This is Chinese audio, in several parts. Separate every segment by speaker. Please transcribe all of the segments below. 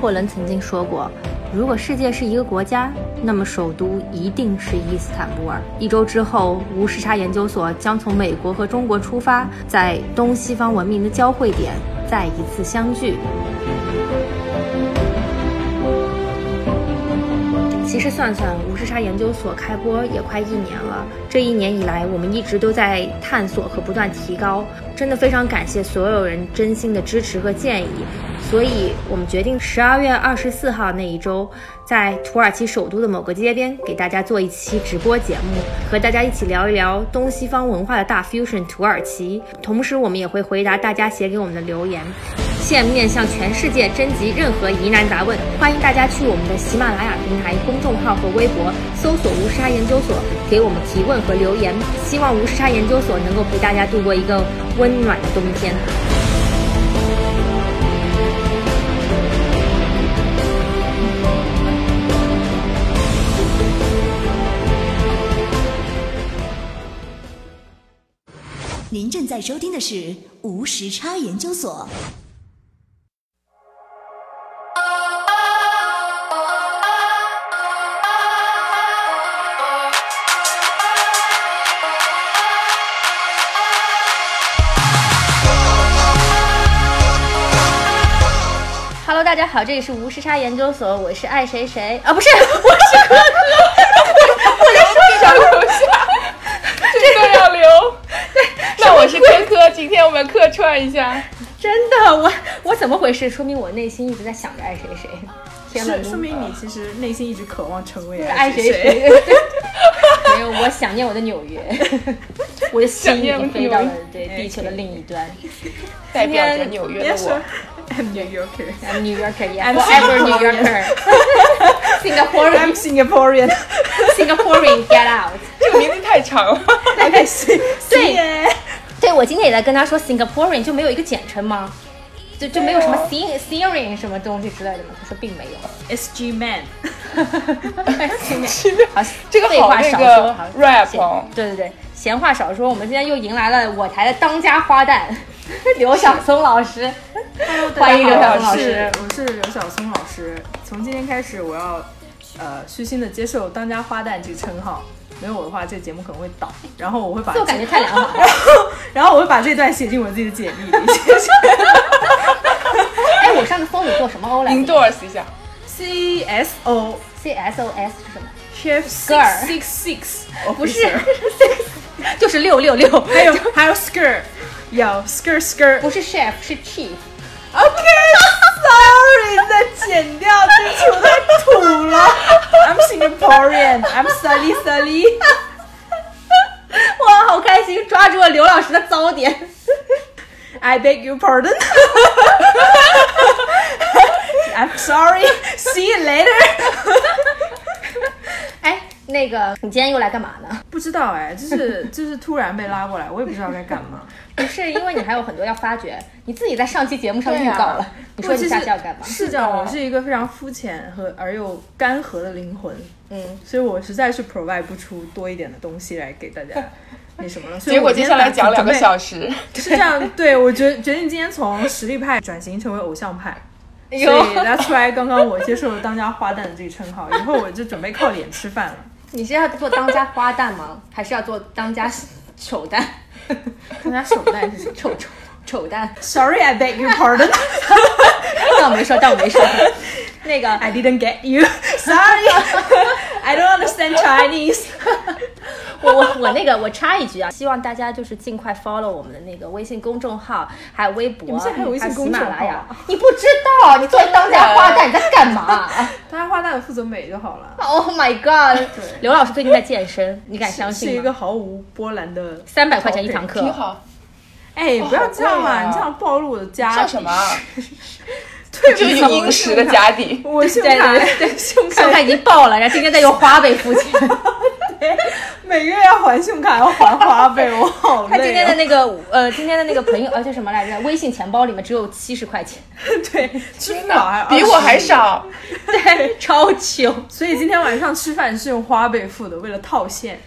Speaker 1: 破仑曾经说过，如果世界是一个国家，那么首都一定是伊斯坦布尔。一周之后，无时差研究所将从美国和中国出发，在东西方文明的交汇点再一次相聚。其实算算，无时差研究所开播也快一年了。这一年以来，我们一直都在探索和不断提高，真的非常感谢所有人真心的支持和建议。所以，我们决定十二月二十四号那一周，在土耳其首都的某个街边给大家做一期直播节目，和大家一起聊一聊东西方文化的大 fusion 土耳其。同时，我们也会回答大家写给我们的留言。现面向全世界征集任何疑难杂问，欢迎大家去我们的喜马拉雅平台公众号和微博搜索“无时差研究所”，给我们提问和留言。希望无时差研究所能够陪大家度过一个温暖的冬天。
Speaker 2: 您正在收听的是《无时差研究所》。
Speaker 1: Hello，大家好，这里是无时差研究所，我是爱谁谁啊，不是， 我是哥哥。
Speaker 3: 非常留下，这个要留。那我是科科，今天我们客串一下。
Speaker 1: 真的，我我怎么回事？说明我内心一直在想着爱谁谁。天哪
Speaker 4: 是说明你其实内心一直渴望成为
Speaker 1: 爱谁
Speaker 4: 谁
Speaker 1: 谁。 没有，我想念我的纽 约，我的心已经飞到了对地球的另一端。
Speaker 3: 哎代表着纽约的
Speaker 4: 别说
Speaker 3: 我，
Speaker 4: I'm New Yorker,
Speaker 1: I'm New Yorker, yeah,
Speaker 4: I'm
Speaker 1: forever New
Speaker 4: Singaporean.
Speaker 1: Yorker.
Speaker 4: I'm
Speaker 1: Singaporean,
Speaker 4: Singaporean，
Speaker 1: Singaporean, get out.
Speaker 3: 这个名字太长 了。
Speaker 4: 我也是。
Speaker 1: 对对，我今天也在跟他说 Singaporean 就没有一个简称吗？就就没有什么 Sing Singing 什么东西之类的吗？他说并没有。
Speaker 4: ，SG Man，
Speaker 1: 好，
Speaker 3: 这个好
Speaker 1: 废话
Speaker 3: 那
Speaker 1: 少
Speaker 3: 个
Speaker 1: 说，好
Speaker 3: rap
Speaker 1: 闲
Speaker 3: 哦
Speaker 1: 对对对，闲话少说，我们今天又迎来了我台的当家花旦 刘晓松老师。 欢迎刘晓松老师。
Speaker 4: 我是刘晓松老师。从今天开始，我要呃虚心的接受“当家花旦”这个称号。没有我的话，这个节目可能会倒。然后我会把
Speaker 1: 自我感觉太良好了。
Speaker 4: 然后然后我会把这段写进我自己的简历 里。
Speaker 1: 哎，我上次风雨做什么欧来
Speaker 3: endorse 一下，
Speaker 4: C S O
Speaker 1: ？C S O S 是什么？
Speaker 4: Chef
Speaker 1: Girl
Speaker 4: Six Six Six，
Speaker 1: 不是，就是六六六，
Speaker 4: 还有还有 Skirt，有 Skirt Skirt，
Speaker 1: 不是 chef 是 chief。
Speaker 4: OK，sorry，再剪掉，对不起，我太土了。I'm Singaporean，I'm sorry sorry。
Speaker 1: 哇，好开心，抓住了刘老师的槽点。
Speaker 4: I beg your pardon. I'm sorry. See you later.
Speaker 1: 哎，那个，你今天又来干嘛呢？
Speaker 4: 不知道哎，就是就是突然被拉过来，我也不知道该干嘛。
Speaker 1: 不是，因为你还有很多要发掘，你自己在上期节目上
Speaker 4: 对
Speaker 1: 预
Speaker 4: 啊
Speaker 1: 告了，你说
Speaker 4: 我其
Speaker 1: 你
Speaker 4: 实
Speaker 1: 下期要干嘛？
Speaker 4: 是这样，我是一个非常肤浅和而又干涸的灵魂，
Speaker 1: 嗯，
Speaker 4: 所以我实在是 provide 不出多一点的东西来给大家那什么了。所以
Speaker 3: 结果
Speaker 4: 我今
Speaker 3: 接下
Speaker 4: 天
Speaker 3: 来
Speaker 4: 本
Speaker 3: 讲两个
Speaker 4: 准备
Speaker 3: 小时。
Speaker 4: 是这样，对我决决定今天从实力派转型成为偶像派，
Speaker 1: 哎
Speaker 4: 所以 that's why 刚刚我接受了当家花旦的这个称号，以后我就准备靠脸吃饭了。
Speaker 1: 你是要做当家花旦吗？还是要做当家丑蛋？
Speaker 4: 当家手段是什么
Speaker 1: 丑丑丑蛋？
Speaker 4: ？Sorry, I beg your pardon.
Speaker 1: 但我没说，但我没说。那个
Speaker 4: I didn't get you. Sorry, I don't understand Chinese.
Speaker 1: 我我我那个我插一句啊，希望大家就是尽快 follow 我们的那个微信公众号，还有微博，
Speaker 4: 你们现在还有微信公众号啊
Speaker 1: 还有喜马拉雅。你不知道，你作为当家花旦你在干 嘛
Speaker 4: 当家花旦负责美就好了，
Speaker 1: ？Oh my god！刘老师最近在健身，你敢相信
Speaker 4: 是
Speaker 1: 吗？
Speaker 4: 一个毫无波澜的。
Speaker 1: 三百块钱一堂课，
Speaker 3: 挺好，
Speaker 4: 哎，不要这样
Speaker 3: 好贵
Speaker 4: 嘛！
Speaker 3: 啊
Speaker 4: 你这样暴露我的家
Speaker 3: 像
Speaker 4: 底
Speaker 3: 什么？啊？
Speaker 4: 对不
Speaker 3: 这
Speaker 4: 起
Speaker 3: 是殷实的家底，
Speaker 4: 我信
Speaker 1: 对
Speaker 4: 用卡，
Speaker 1: 对 对
Speaker 4: 对，信用
Speaker 1: 现在已经爆了，然后今天再用花呗付钱。
Speaker 4: 每个月要还信用卡，要还花 呗，我好累、哦。
Speaker 1: 他今天的那个呃，今天的那个朋友呃叫什么来着？微信钱包里面只有七十块钱，
Speaker 4: 对，支付宝还
Speaker 3: 比我还。少。
Speaker 1: 对，超 穷。
Speaker 4: 所以今天晚上吃饭是用花呗付的，为了套 现。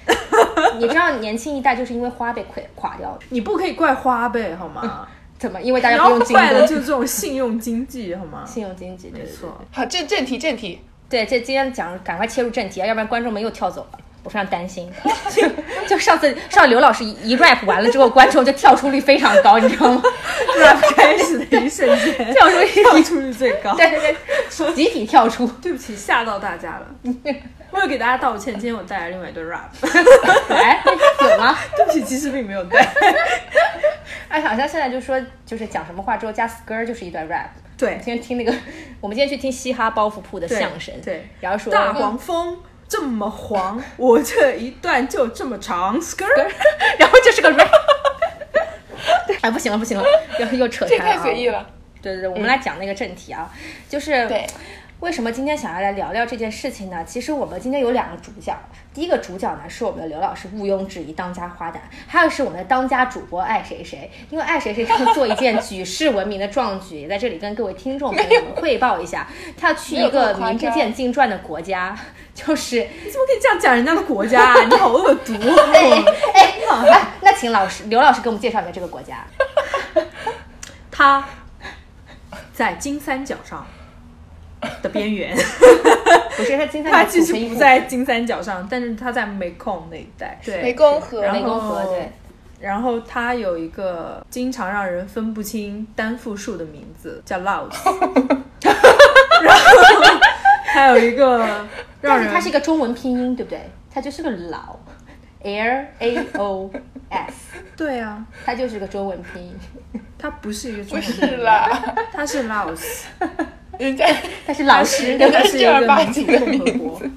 Speaker 1: 你知道年轻一代就是因为花呗垮垮掉的。
Speaker 3: 嗯
Speaker 4: 你不可以怪花呗好吗？
Speaker 3: 怎么？因为大
Speaker 4: 然
Speaker 3: 家不
Speaker 4: 后
Speaker 3: 用经
Speaker 4: 坏的
Speaker 3: 过
Speaker 4: 就是这种信用经济，好吗？
Speaker 3: 信用经济，对
Speaker 4: 没错。
Speaker 3: 好，正正题正题，
Speaker 1: 对，这今天讲赶快切入正题啊，要不然观众们又跳走了。我非常担心， 就就上次上刘老师一一 rap 完了之后，观众就跳出率非常高，你知 道吗？
Speaker 4: rap 开始的一瞬 间，
Speaker 1: 跳出一
Speaker 4: 跳出率最高。
Speaker 1: 对对对，集体跳出。
Speaker 4: 对不起，吓到大 家了。为了给大家道歉，今天我带来另外一段 rap。
Speaker 1: 哎，有吗？
Speaker 4: 对不起，其实并没有带。
Speaker 1: 哎，好像现在就说就是讲什么话之后加死歌儿就是一段 rap。
Speaker 4: 对，
Speaker 1: 今天听那个，我们今天去听嘻哈包袱铺的
Speaker 4: 对
Speaker 1: 相声，
Speaker 4: 对
Speaker 1: 然后说嗯
Speaker 4: 大黄蜂这么黄，我这一段就这么长。skirt，
Speaker 1: 然后就是个 rap。哎，不行了，不行了，又又扯开
Speaker 3: 这
Speaker 1: 了、啊。
Speaker 3: 太随意了。
Speaker 1: 对对对，我们来讲那个正题啊，就是
Speaker 3: 嗯对
Speaker 1: 为什么今天想要来聊聊这件事情呢？其实我们今天有两个主角，第一个主角呢是我们的刘老师，毋庸置疑当家花旦；还有是我们的当家主播爱谁谁，因为爱谁谁正做一件举世闻名的壮举，也在这里跟各位听众朋友们汇报一 下，他要去
Speaker 3: 没有
Speaker 1: 一个
Speaker 3: 这么夸
Speaker 1: 名不
Speaker 3: 张
Speaker 1: 见经传的国家，就是
Speaker 4: 你怎么可以这样讲人家的国 家啊？你好恶毒哦！
Speaker 1: 哎哎，那请老师刘老师给我们介绍一下这个国家。
Speaker 4: 他在金三角上的边 缘，
Speaker 1: 不是，他金三角
Speaker 4: 他
Speaker 1: 组
Speaker 4: 其
Speaker 1: 成一
Speaker 4: 实
Speaker 1: 股
Speaker 4: 不在金三角上，但是他在湄公那一带。对，
Speaker 3: 湄公河，哦
Speaker 4: 然
Speaker 1: 湄
Speaker 4: 后
Speaker 1: 公河，对，
Speaker 4: 然后他有一个经常让人分不清单复数的名字，叫 Laos。然后还有一个
Speaker 1: 但
Speaker 4: 让
Speaker 1: 是
Speaker 4: 人
Speaker 1: 它是一个中文拼音，对不对？它就是个老，L A O S，
Speaker 4: 对啊，
Speaker 1: 它就是个中文拼音，
Speaker 4: 他不是一个中
Speaker 3: 不
Speaker 4: 文
Speaker 3: 是啦，
Speaker 4: 他是 Laos，
Speaker 3: 人家
Speaker 1: 它是老 师，对不
Speaker 4: 他
Speaker 1: 对？
Speaker 4: 是一
Speaker 3: 正儿
Speaker 4: 个
Speaker 3: 八
Speaker 4: 民主
Speaker 3: 经的
Speaker 4: 共和
Speaker 3: 名
Speaker 4: 国
Speaker 3: 字，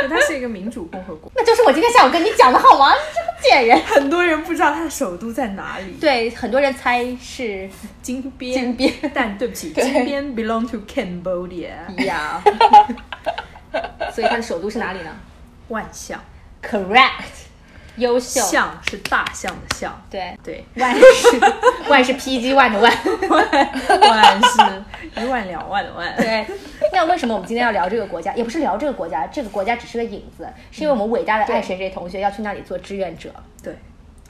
Speaker 4: 对他是一个民主共和国。
Speaker 1: 那就是我今天下午跟你讲的好吗？这个贱人。
Speaker 4: 很多人不知道他的首都在哪里，
Speaker 1: 对，很多人猜是
Speaker 4: 金边。
Speaker 1: 金边
Speaker 4: 但对不起，
Speaker 3: 对
Speaker 4: 金边 belong to Cambodia，
Speaker 1: 呀， 所以它的首都是哪里呢
Speaker 4: 万象
Speaker 1: ？Correct，优秀，
Speaker 4: 象是大象的象，
Speaker 1: 对，
Speaker 4: 对，
Speaker 1: 万 是万是 PG one 的 万。
Speaker 4: 万是一万两万的万。
Speaker 1: 对，那为什么我们今天要聊这个国家？也不是聊这个国家，这个国家只是个影子，是因为我们伟
Speaker 3: 嗯
Speaker 1: 大的爱谁谁同学要去那里做志愿者，
Speaker 4: 对，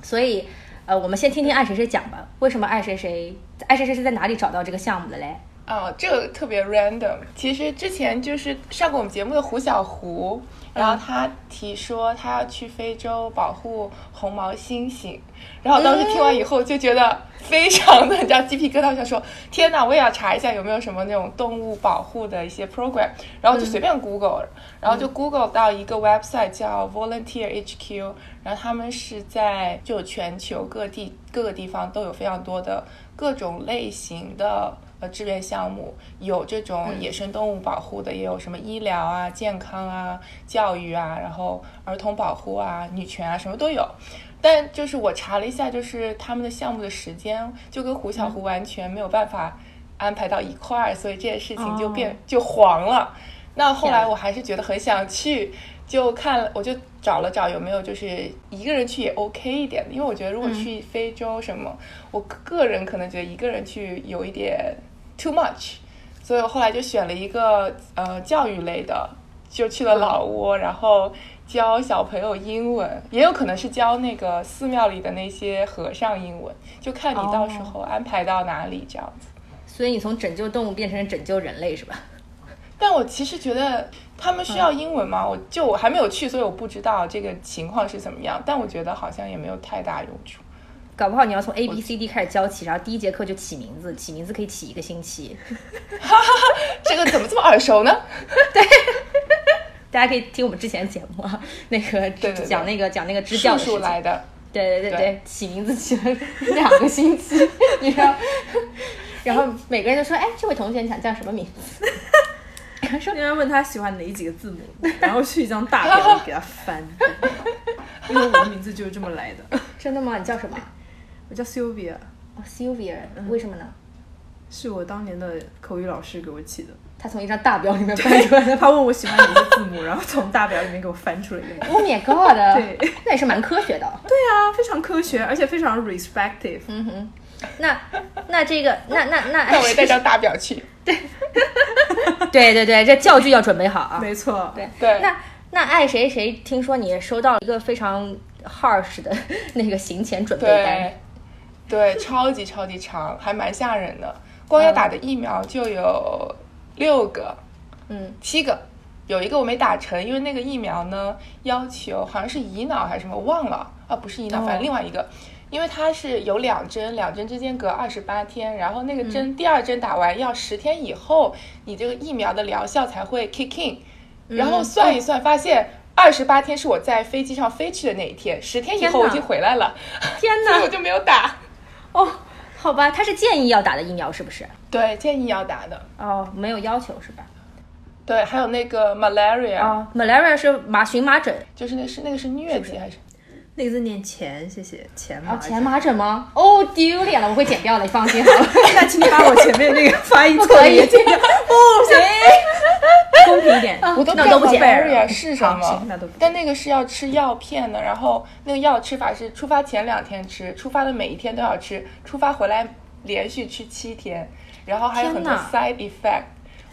Speaker 1: 所以，呃，我们先听听爱谁谁讲吧。为什么爱谁谁，爱谁谁是在哪里找到这个项目的嘞？
Speaker 3: 啊，这个特别 random。其实之前就是上过我们节目的胡小胡，然后他提说他要去非洲保护红毛猩猩，然后当时听完以后就觉得非常的，你知道鸡皮疙瘩，我想说天哪，我也要查一下有没有什么那种动物保护的一些 program，然后就随便 Google，、然后就 Google 到一个 website 叫 Volunteer HQ，然后他们是在就全球各地各个地方都有非常多的各种类型的。呃志愿项目，有这种野生动物保护的，也有什么医疗啊、健康啊、教育啊，然后儿童保护啊、女权啊，什么都有。但就是我查了一下，就是他们的项目的时间就跟胡小胡完全没有办法安排到一块儿，所以这件事情就变、
Speaker 4: 哦
Speaker 3: 就黄了。那后
Speaker 1: 天
Speaker 3: 来
Speaker 1: 哪
Speaker 3: 我还是觉得很想去，就看了我就找了找有没有就是一个人去也 OK 一点的，因为我觉得如果
Speaker 1: 嗯
Speaker 3: 去非洲什么，我个人可能觉得一个人去有一点 too much，所以我后来就选了一个呃教育类的，就去了
Speaker 1: 嗯
Speaker 3: 老挝，然后教小朋友英文，也有可能是教那个寺庙里的那些和尚英文，就看你到
Speaker 1: 哦
Speaker 3: 时候安排到哪里这样子。
Speaker 1: 所以你从拯救动物变成了拯救人类是吧？
Speaker 3: 但我其实觉得他们需要英文
Speaker 1: 嗯
Speaker 3: 吗？我就我还没有去，所以我不知道这个情况是怎么样。但我觉得好像也没有太大用处。
Speaker 1: 搞不好你要从 A B C D 开始教起，然后第一节课就起名字，起名字可以起一个星期。
Speaker 3: 这个怎么这么耳熟呢？
Speaker 1: 大家可以听我们之前的节目，啊，那个
Speaker 3: 对对
Speaker 1: 讲那个讲那个支教
Speaker 3: 数
Speaker 1: 的事
Speaker 3: 数
Speaker 1: 情。
Speaker 3: 来的，
Speaker 1: 对对对对
Speaker 3: 对，
Speaker 1: 起名字起了两个星 期，你知道？然后每个人都说：“哎，这位同学，你想叫什么名字
Speaker 4: 应该问他喜欢哪几个字母，然后去一张大表给他翻，因为我的名字就是这么来的。？”
Speaker 1: 真的吗？你叫什么？
Speaker 4: 我叫 Sylvia，
Speaker 1: 哦，Sylvia，为什么呢？
Speaker 4: 是我当年的口语老师给我起的。
Speaker 1: 他从一张大表里面翻出来的。
Speaker 4: 他问我喜欢哪个字母，然后从大表里面给我翻出了一 个。
Speaker 1: Oh my god！
Speaker 4: 对
Speaker 1: 那也是蛮科学的。
Speaker 4: 对啊，非常科学，而且非常 respective。
Speaker 1: 嗯哼，那那这个那那
Speaker 3: 那我也带
Speaker 1: 那，
Speaker 3: 张大表去。
Speaker 1: 对对对，这教具要准备好啊。
Speaker 4: 没错，
Speaker 1: 对
Speaker 3: 对
Speaker 1: 那那爱谁谁， 听说你也收到了一个非常 harsh 的那个行前准备单
Speaker 3: 对。 对，超级超级长，还蛮吓人的。光要打的疫苗就有六个，
Speaker 1: 嗯，
Speaker 3: 七个，有一个我没打成，因为那个疫苗呢要求好像是乙脑还是什么，忘了啊，不是乙脑，反
Speaker 1: 哦
Speaker 3: 正另外一个，因为它是有两针，两针之间隔二十八天，然后那个
Speaker 1: 嗯
Speaker 3: 针、第二针打完要十天以后，你这个疫苗的疗效才会 kick in，然
Speaker 1: 嗯
Speaker 3: 后
Speaker 1: 哦
Speaker 3: 算一算发现。二十八天是我在飞机上飞去的那一天，十天以后我已经回来了，
Speaker 1: 天
Speaker 3: 所以
Speaker 1: 哪
Speaker 3: 我！就没有打。
Speaker 1: 哦，好吧，他是建议要打的疫苗是不是？
Speaker 3: 对，建议要打的。
Speaker 1: 哦，没有要求是吧？
Speaker 3: 对，还有那个 malaria，、
Speaker 1: 哦，malaria 是麻荨麻疹，
Speaker 3: 就是那个是那个是疟疾还是？
Speaker 4: 那个字念钱，谢谢钱麻
Speaker 1: 哦，
Speaker 4: 疹
Speaker 1: 前麻疹吗？哦，丢脸了，我会剪掉的，你放心好了。
Speaker 4: 那请你把我前面那个发音
Speaker 1: 不
Speaker 4: 错
Speaker 1: 可
Speaker 4: 别
Speaker 1: 以，
Speaker 4: 字
Speaker 1: 这个不行，
Speaker 4: 公平一点。
Speaker 3: 我都
Speaker 1: 那都不
Speaker 3: 知
Speaker 1: 剪
Speaker 3: 道 malaria 是什
Speaker 4: 好行
Speaker 3: 么
Speaker 4: 那都不，
Speaker 3: 但那个是要吃药片的，然后那个药吃法是出发前两天吃，出发的每一天都要吃，出发回来连续吃七天，然后还有很多
Speaker 1: 天哪
Speaker 3: side effect。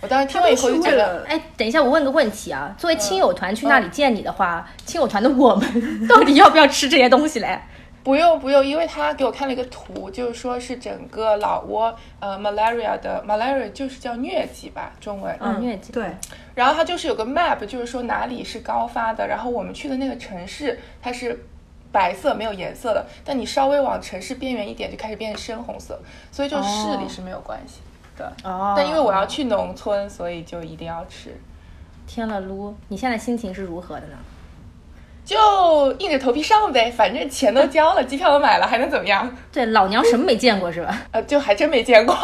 Speaker 3: 我当时听了以后就觉得，
Speaker 1: 哎，等一下，我问个问题啊，作为亲友团去那里见你的话，亲友团的我们到底要不要吃这些东西嘞？
Speaker 3: 不用不用，因为他给我看了一个图，就是说是整个老挝呃 malaria 的 malaria 就是叫疟疾吧，中文。
Speaker 1: 嗯，疟疾。
Speaker 4: 对，
Speaker 3: 然后它就是有个 map，就是说哪里是高发的，然后我们去的那个城市它是白色没有颜色的，但你稍微往城市边缘一点就开始变成深红色，所以就市里是没有关系的。
Speaker 4: 哦
Speaker 3: 但因为我要去农村，所以就一定要吃，
Speaker 1: 天了噜，你现在心情是如何的呢？
Speaker 3: 就硬着头皮上呗，反正钱都交了，机票都买了，还能怎么样？
Speaker 1: 对，老娘什么没见过是吧？
Speaker 3: 呃，就还真没见过。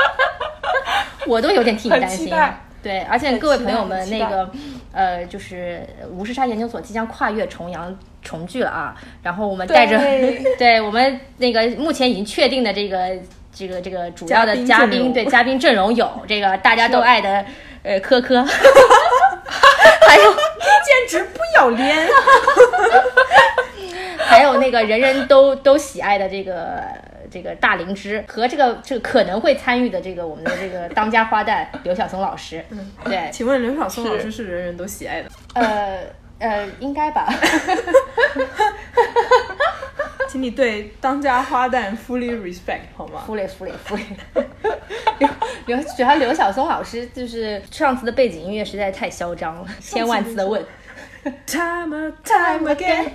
Speaker 1: 我都有点替你担
Speaker 3: 很期
Speaker 1: 心啊
Speaker 3: 待。
Speaker 1: 对，而且各位朋友
Speaker 3: 很
Speaker 1: 们，
Speaker 3: 期待
Speaker 1: 那个呃，就是吴世沙研究所即将跨越重洋重聚了啊。然后我们带着，
Speaker 3: 对
Speaker 1: 对我们那个目前已经确定的这个这个这个主要的
Speaker 4: 嘉
Speaker 1: 嘉
Speaker 4: 宾阵容
Speaker 1: 宾，对嘉宾阵容有 这个大家都爱的呃科科， 还有
Speaker 4: 简直不要 脸。
Speaker 1: 还有那个人人都都喜爱的这个这个大灵芝和这个这个可能会参与的这个我们的这个当家花旦刘晓松老师，
Speaker 3: 嗯
Speaker 1: 对，
Speaker 4: 请问刘晓松老师是人人都喜爱的？
Speaker 1: 呃呃，应该 吧。
Speaker 4: 请你对当家花旦 fully respect 好吗？
Speaker 1: 敷嘞敷嘞敷 嘞，刘刘主要刘晓松老师就是上次的背景音乐实在太嚣张了，千万次的问，
Speaker 4: Time and time again。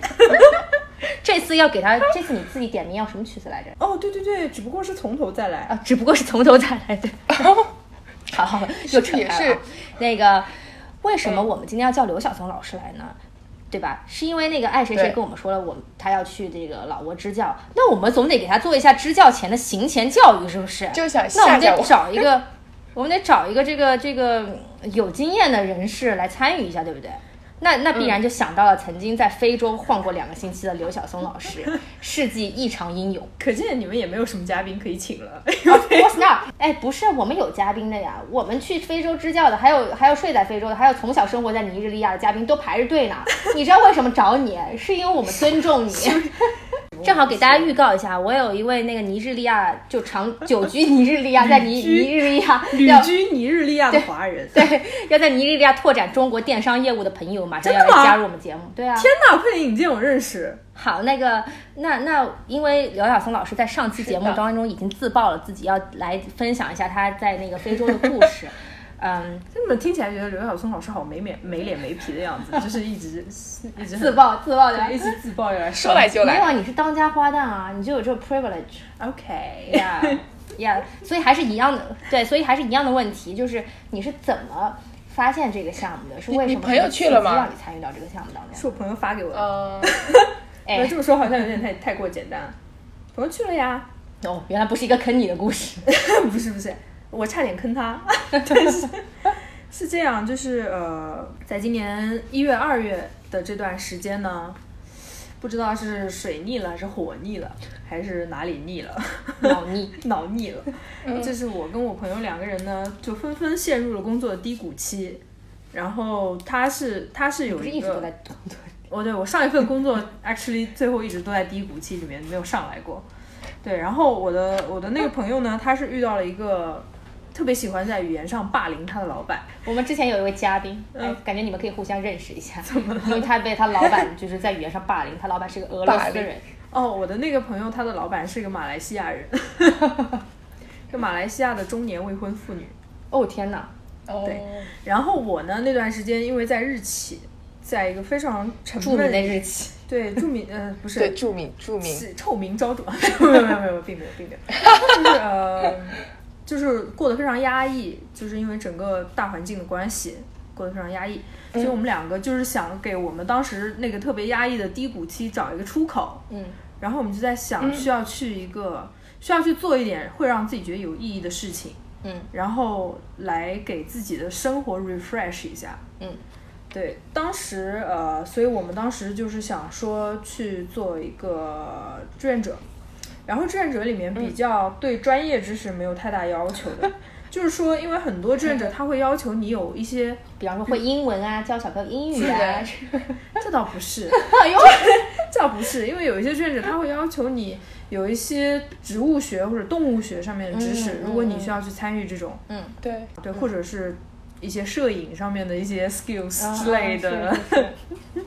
Speaker 1: 这次要给他，这次你自己点名要什么曲子来着？
Speaker 4: 哦，对对对，只不过是从头再来。
Speaker 1: 啊，只不过是从头再来 的。好好，又扯开
Speaker 3: 也
Speaker 1: 了啊。
Speaker 3: 是
Speaker 1: 那个，为什么我们今天要叫刘晓松老师来呢？对吧？是因为那个爱谁谁
Speaker 3: 对
Speaker 1: 跟我们说了，我们他要去这个老挝支教，那我们总得给他做一下支教前的行前教育，是不是？
Speaker 3: 就想
Speaker 1: 那我们
Speaker 3: 吓吓
Speaker 1: 得
Speaker 3: 我
Speaker 1: 找一 个，我们得找一个这个这个嗯有经验的人士来参与一下，对不对？那那必
Speaker 3: 嗯
Speaker 1: 然就想到了曾经在非洲晃过两个星期的刘晓松老师， 事迹异常英勇。
Speaker 4: 可见你们也没有什么嘉宾可以请了。
Speaker 1: 我那 哎，不是，我们有嘉宾的呀。我们去非洲支教的，还有还有睡在非洲的，还有从小生活在尼日利亚的嘉宾都排着队呢。你知道为什么找你？是因为我们尊重你。 正好给大家预告一下，我有一位那个尼日利亚就长久居尼日利亚，在尼
Speaker 4: 居
Speaker 1: 尼日利亚
Speaker 4: 旅
Speaker 1: 要
Speaker 4: 居尼日利亚的华人。对，
Speaker 1: 对要在尼日利亚拓展中国电商业务的朋友，马上要
Speaker 4: 真的
Speaker 1: 来
Speaker 4: 吗
Speaker 1: 加入我们节目。对啊，
Speaker 4: 天哪，快点引荐我认识。
Speaker 1: 好，那个，那那，因为刘晓松老师在上期节目当中已经自曝了自己要来分享一下他在那个非洲的故 事，嗯，
Speaker 4: 你怎么听起来觉得刘晓松老师好没脸没脸没皮的样子？ 就是一直一直很
Speaker 1: 自爆自爆的，
Speaker 4: 对一直自爆有点
Speaker 3: 说来就
Speaker 1: 没有
Speaker 3: 来，
Speaker 1: 啊，你是当家花旦啊，你就有这个 privilege，
Speaker 4: OK。
Speaker 1: 呀呀，所以还是一样的，对，所以还是一样的问题，就是你是怎么发现这个项目的？是
Speaker 3: 你
Speaker 1: 为
Speaker 3: 你
Speaker 1: 什么
Speaker 3: 朋友
Speaker 1: 什么
Speaker 3: 去
Speaker 1: 契
Speaker 3: 了
Speaker 1: 机
Speaker 3: 吗
Speaker 1: 让你参与到这个项目当中？
Speaker 4: 是我朋友发给我的。
Speaker 3: 嗯，
Speaker 4: 我
Speaker 1: 哎
Speaker 4: 这，么说好像有点太太过简单了。朋友去了呀？
Speaker 1: 哦，原来不是一个坑你的故事，
Speaker 4: 不是不是，我差点坑他， 但是是这样，就是呃，在今年一月、二月的这段时间呢，不知道是水逆了，还是火逆了，还是哪里逆了，
Speaker 1: 老逆，
Speaker 4: 脑逆了。就是我跟我朋友两个人呢，就纷纷陷入了工作的低谷期。然后他是他是有
Speaker 1: 不是
Speaker 4: 一
Speaker 1: 一直
Speaker 4: 个
Speaker 1: 都在工作。
Speaker 4: 哦，对我上一份工作 actually 最后一直都在低谷期里面没有上来过。对，然后我的我的那个朋友呢，他是遇到了一个特别喜欢在语言上霸凌他的老板，
Speaker 1: 我们之前有一位嘉宾，哎，感觉你们可以互相认识一下，因为他被他老板就是在语言上霸凌，他老板是个俄罗斯人，
Speaker 4: 哦，我的那个朋友，他的老板是个马来西亚人， 是马来西亚的中年未婚妇女。
Speaker 1: 哦天哪，
Speaker 3: 哦
Speaker 4: 对然后我呢，那段时间因为在日企，在一个非常沉
Speaker 1: 著名
Speaker 4: 闷
Speaker 1: 的日企，
Speaker 4: 对著名呃不是
Speaker 3: 对，著名著名，
Speaker 4: 是臭 名昭著，没有没有没有，并没有并没有，就是呃，就是过得非常压抑，就是因为整个大环境的关系，过得非常压抑，所
Speaker 1: 嗯
Speaker 4: 以我们两个就是想给我们当时那个特别压抑的低谷期找一个出口，
Speaker 1: 嗯，
Speaker 4: 然后我们就在想需要去一个、需要去做一点会让自己觉得有意义的事情，
Speaker 1: 嗯，
Speaker 4: 然后来给自己的生活 refresh 一下，
Speaker 1: 嗯。
Speaker 4: 对，当时呃，所以我们当时就是想说去做一个志愿者，然后志愿者里面
Speaker 1: 嗯
Speaker 4: 比较对专业知识没有太大要求 的，就是说，因为很多志愿
Speaker 1: 嗯
Speaker 4: 者他会要求你有一些，
Speaker 1: 比方说会英文啊，教小朋友英语啊，
Speaker 4: 这倒不是，
Speaker 1: 哎呦，
Speaker 4: 这倒不是，因为有一些志愿者他会要求你有一些植物学或者动物学上面的知识，
Speaker 1: 嗯
Speaker 4: 如果
Speaker 1: 嗯
Speaker 4: 你需要去参与这种，
Speaker 3: 嗯对，
Speaker 4: 对，或者是一些摄影上面的一些 skills 之
Speaker 1: 啊
Speaker 4: 类的。
Speaker 1: 是 是是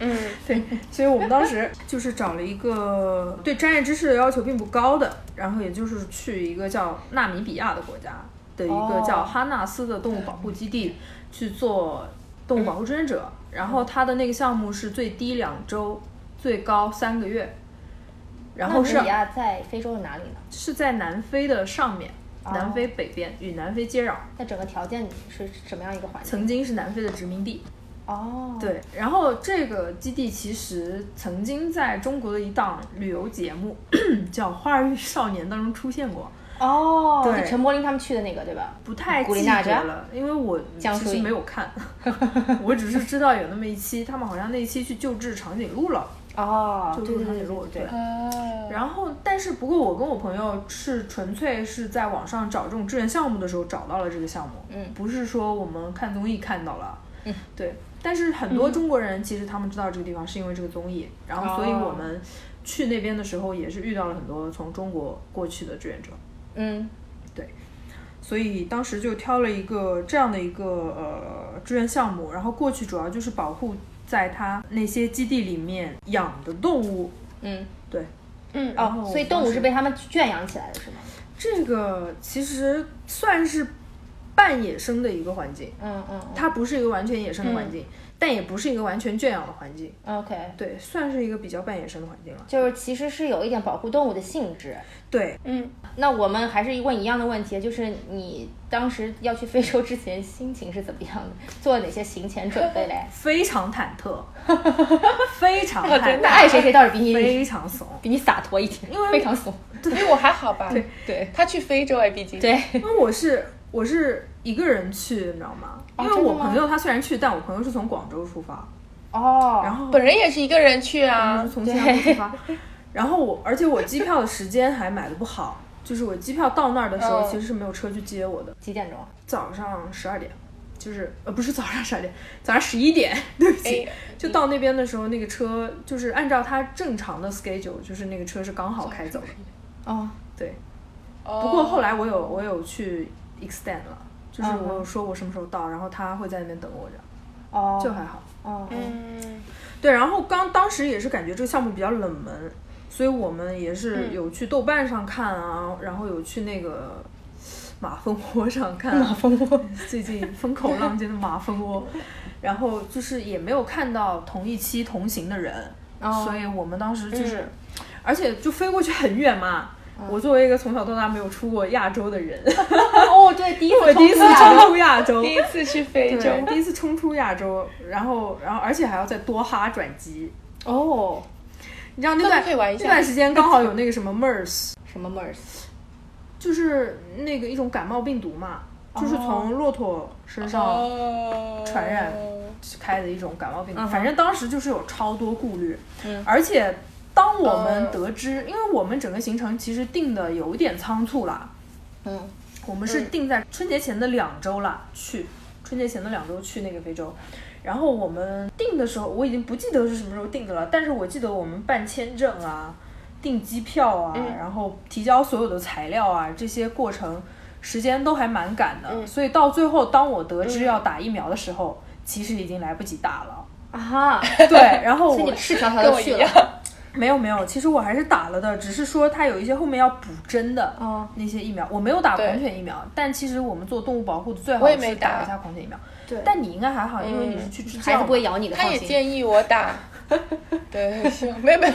Speaker 3: 嗯，
Speaker 4: 对，所以我们当时就是找了一个对专业知识的要求并不高的，然后也就是去一个叫纳米比亚的国家的一个
Speaker 1: 哦
Speaker 4: 叫哈纳斯的动物保护基地去做动物保护志愿
Speaker 1: 嗯
Speaker 4: 者，然后他的那个项目是最低两周，最高三个月，然后
Speaker 1: 纳
Speaker 4: 是
Speaker 1: 米比亚啊在非洲的哪里呢？
Speaker 4: 是在南非的上面，南
Speaker 1: 哦
Speaker 4: 非北边与南非接壤，
Speaker 1: 那整个条件是什么样一个环境？
Speaker 4: 曾经是南非的殖民地。
Speaker 1: 哦，，
Speaker 4: 对，然后这个基地其实曾经在中国的一档旅游节目叫《花儿与少年》当中出现过，
Speaker 1: 哦，
Speaker 4: 对
Speaker 1: 就陈柏霖他们去的那个对吧？
Speaker 4: 不太
Speaker 1: 古力
Speaker 4: 记
Speaker 1: 娜扎
Speaker 4: 得了，因为我
Speaker 1: 江
Speaker 4: 其
Speaker 1: 疏
Speaker 4: 实
Speaker 1: 影
Speaker 4: 没有 看，我只是知道有那么一期，他们好像那一期去救治长颈鹿了，
Speaker 1: 哦，
Speaker 4: 救
Speaker 1: 对
Speaker 4: 助
Speaker 1: 对
Speaker 4: 长
Speaker 1: 对
Speaker 4: 颈鹿，
Speaker 1: 对
Speaker 4: 对
Speaker 1: 对，。
Speaker 3: 啊，
Speaker 4: 然后，但是不过我跟我朋友是纯粹是在网上找这种志愿项目的时候找到了这个项目，
Speaker 1: 嗯
Speaker 4: 不是说我们看综艺看到了，
Speaker 1: 嗯，
Speaker 4: 对。但是很多中国人其实他们知道这个地方是因为这个综艺，然后所以
Speaker 1: 哦
Speaker 4: 我们去那边的时候也是遇到了很多从中国过去的志愿者，
Speaker 1: 嗯，
Speaker 4: 所以当时就挑了一个这样的一个呃志愿项目，然后过去主要就是保护在他那些基地里面养的动物，
Speaker 1: 嗯，哦
Speaker 4: 对。
Speaker 3: 嗯
Speaker 4: 然后
Speaker 1: 所以动
Speaker 4: 当
Speaker 1: 物
Speaker 4: 时
Speaker 1: 是被他们圈养起来的，是吗？
Speaker 4: 这个其实算是半野生的一个环境，
Speaker 1: 嗯嗯
Speaker 4: 它不是一个完全野生的环境，但也不是一个完全圈养的环境，
Speaker 1: 嗯，OK，
Speaker 4: 对，算是一个比较半野生的环境了。
Speaker 1: 就是其实是有一点保护动物的性质。
Speaker 4: 对，
Speaker 3: 嗯，
Speaker 1: 那我们还是问一样的问题，就是你当时要去非洲之前心情是怎么样的？做了哪些行前准备嘞？
Speaker 4: 非常忐 忑，非常
Speaker 3: 我
Speaker 4: 忐
Speaker 3: 真
Speaker 1: 哦那
Speaker 3: 的
Speaker 4: 忑，
Speaker 1: 爱谁谁倒是比你
Speaker 4: 非常怂。
Speaker 1: 比你洒脱一点，
Speaker 4: 因为
Speaker 1: 非常怂。
Speaker 3: 因为我还好吧，
Speaker 4: 对
Speaker 1: 对
Speaker 3: 他去非洲哎，毕竟，
Speaker 1: 对，
Speaker 4: 因为我是我是一个人去，你知道吗？因为
Speaker 1: 哦真的
Speaker 4: 我
Speaker 1: 吗
Speaker 4: 朋友他虽然去，但我朋友是从广州出发，
Speaker 1: 哦，
Speaker 4: 然后
Speaker 3: 本人也是一个人去
Speaker 4: 啊，
Speaker 3: 啊，
Speaker 4: 从新加坡出发。然后我，而且我机票的时间还买的不好，就是我机票到那儿的时候，
Speaker 1: 哦
Speaker 3: 嗯
Speaker 4: 其实是没有车去接我的。
Speaker 1: 几点钟？啊
Speaker 4: 早上十二点，就是呃不是早上十二点，早上十一点，对不起。
Speaker 3: 哎
Speaker 4: 就到那边的时候，那个车就是按照它正常的 schedule，就是那个车是刚好开走的。
Speaker 1: 哦，
Speaker 4: 对，
Speaker 3: 哦
Speaker 4: 不过后来我有我有去 extend 了，就是
Speaker 1: 嗯
Speaker 4: 我有说我什么时候到，然后他会在那边等我，这样
Speaker 1: 哦，
Speaker 4: 就还好。
Speaker 1: 哦，嗯
Speaker 3: 嗯，
Speaker 4: 对，然后刚当时也是感觉这个项目比较冷门，所以我们也是
Speaker 3: 嗯
Speaker 4: 有去豆瓣上看啊，然后有去那个马蜂窝上看、
Speaker 1: 马蜂窝，
Speaker 4: 最近风口浪尖的马蜂窝，然后就是也没有看到同一期同行的人，
Speaker 1: 哦
Speaker 4: 所以我们当时就是，而且就飞过去很远嘛。我作为一个从小到大没有出过亚洲的 人，
Speaker 1: 哦， 对，第一
Speaker 4: 我
Speaker 1: 次
Speaker 4: 第一次
Speaker 1: 冲突啊
Speaker 4: 冲出亚洲，
Speaker 3: 第一次去非洲，
Speaker 4: 对，第一次冲出亚洲，然后然后而且还要在多哈转机，
Speaker 1: 哦，
Speaker 4: 你知道那段
Speaker 3: 那可以玩一下
Speaker 4: 那段时间刚好有那个什么 MERS，
Speaker 1: 什么 MERS？
Speaker 4: 就是那个一种感冒病毒嘛，就是从骆驼身上
Speaker 3: 哦，
Speaker 4: 传染开的一种感冒病毒。
Speaker 1: 嗯哼
Speaker 4: 反正当时就是有超多顾虑，
Speaker 3: 嗯
Speaker 4: 而且当我们得知，因为我们整个行程其实定的有点仓促啦，
Speaker 1: 嗯，
Speaker 4: 我们是定在春节前的两周啦去，春节前的两周去那个非洲。然后我们订的时候，我已经不记得是什么时候订的了，但是我记得我们办签证啊、订机票啊，
Speaker 3: 嗯
Speaker 4: 然后提交所有的材料啊，这些过程时间都还蛮赶的。
Speaker 1: 嗯
Speaker 4: 所以到最后，当我得知要打疫苗的 时候，其实已经来不及打了。
Speaker 1: 啊哈，
Speaker 4: 对，然后
Speaker 1: 所以你
Speaker 4: 我
Speaker 1: 们赤条条
Speaker 3: 跟
Speaker 1: 的
Speaker 3: 我
Speaker 1: 去
Speaker 3: 一
Speaker 1: 了
Speaker 3: 样，
Speaker 4: 没有没有，其实我还是打了的，只是说它有一些后面要补针的
Speaker 1: 哦
Speaker 4: 那些疫苗，我没有打
Speaker 3: 对
Speaker 4: 狂犬疫苗，但其实我们做动物保护的最好
Speaker 3: 我也没
Speaker 4: 是
Speaker 3: 打
Speaker 4: 一下狂犬疫苗。
Speaker 1: 对
Speaker 4: 但你应该还好，因为你是去支
Speaker 1: 孩
Speaker 4: 教
Speaker 1: 子
Speaker 4: 嘛，
Speaker 1: 不会咬你的，
Speaker 3: 他
Speaker 1: 放
Speaker 3: 也
Speaker 1: 心。
Speaker 3: 建议我打，对，希望没有没有，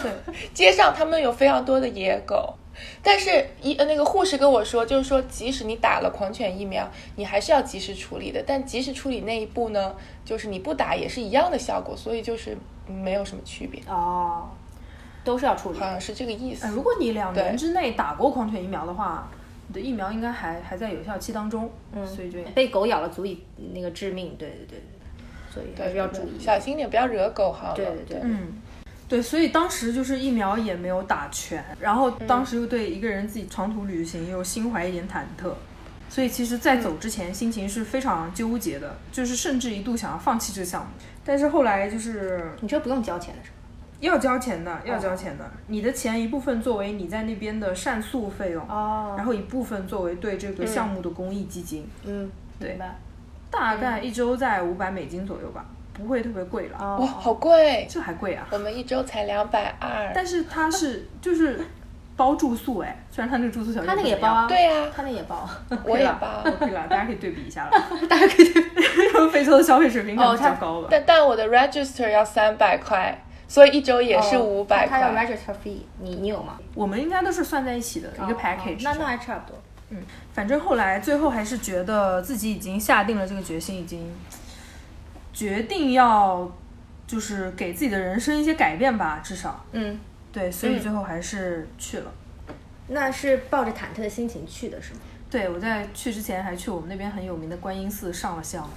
Speaker 3: 街上他们有非常多的野狗，但是一呃那个护士跟我说，就是说即使你打了狂犬疫苗，你还是要及时处理的，但及时处理那一步呢，就是你不打也是一样的效果，所以就是没有什么区别，
Speaker 1: 哦，都是要处理
Speaker 3: 好。像是这个意思
Speaker 4: 呃。如果你两
Speaker 3: 对
Speaker 4: 年之内打过狂犬疫苗的话，你的疫苗应该还还在有效期当中，嗯所以就
Speaker 1: 被狗咬了足以那个致命，对对对对，所以还
Speaker 3: 对，
Speaker 1: 是要注意。
Speaker 3: 小心点，不要惹狗好了。
Speaker 1: 对对对
Speaker 4: 嗯，对，所以当时就是疫苗也没有打全，然后当时又对一个人自己长途旅行又心怀一点忐忑，所以其实，在走之前心情是非常纠结的，就是甚至一度想要放弃这个项目，但是后来就是
Speaker 1: 你这不用交钱的是吧？
Speaker 4: 要交钱的，要交钱
Speaker 1: 哦
Speaker 4: 的，你的钱一部分作为你在那边的膳宿费用，
Speaker 1: 哦，
Speaker 4: 然后一部分作为对这个项目的公益基金，
Speaker 1: 嗯，
Speaker 4: 对
Speaker 1: 明白。
Speaker 4: 大概一周在五百美金左右吧，不会特别贵了，
Speaker 1: 嗯哦，
Speaker 3: 哇，好贵！
Speaker 4: 这还贵啊！
Speaker 3: 我们一周才两百二。
Speaker 4: 但是它是就是包住宿哎，虽然它那个住宿条件
Speaker 1: 他那个也
Speaker 4: 不
Speaker 1: 包
Speaker 4: 怎么
Speaker 1: 啊，
Speaker 4: 样，
Speaker 3: 对呀
Speaker 1: 他那个也包。啊
Speaker 3: 我也包，
Speaker 4: 可以了，大家可 以对比一下了，大家可以对比，非洲的消费水平可
Speaker 1: 哦
Speaker 4: 能比较高吧。
Speaker 3: 但但我的 register 要三百块，所以一周也是
Speaker 1: 哦
Speaker 3: 五百
Speaker 1: 他要
Speaker 3: 块。
Speaker 1: register fee，你你有吗？
Speaker 4: 我们应该都是算在一起的一个
Speaker 1: 哦
Speaker 4: package，嗯
Speaker 1: 那那还差不多。
Speaker 4: 反正后来最后还是觉得自己已经下定了这个决心，已经决定要就是给自己的人生一些改变吧，至少
Speaker 3: 嗯，
Speaker 4: 对，所以
Speaker 3: 嗯
Speaker 4: 最后还是去了。
Speaker 1: 那是抱着忐忑的心情去的是吗？
Speaker 4: 对，我在去之前还去我们那边很有名的观音寺上了 香，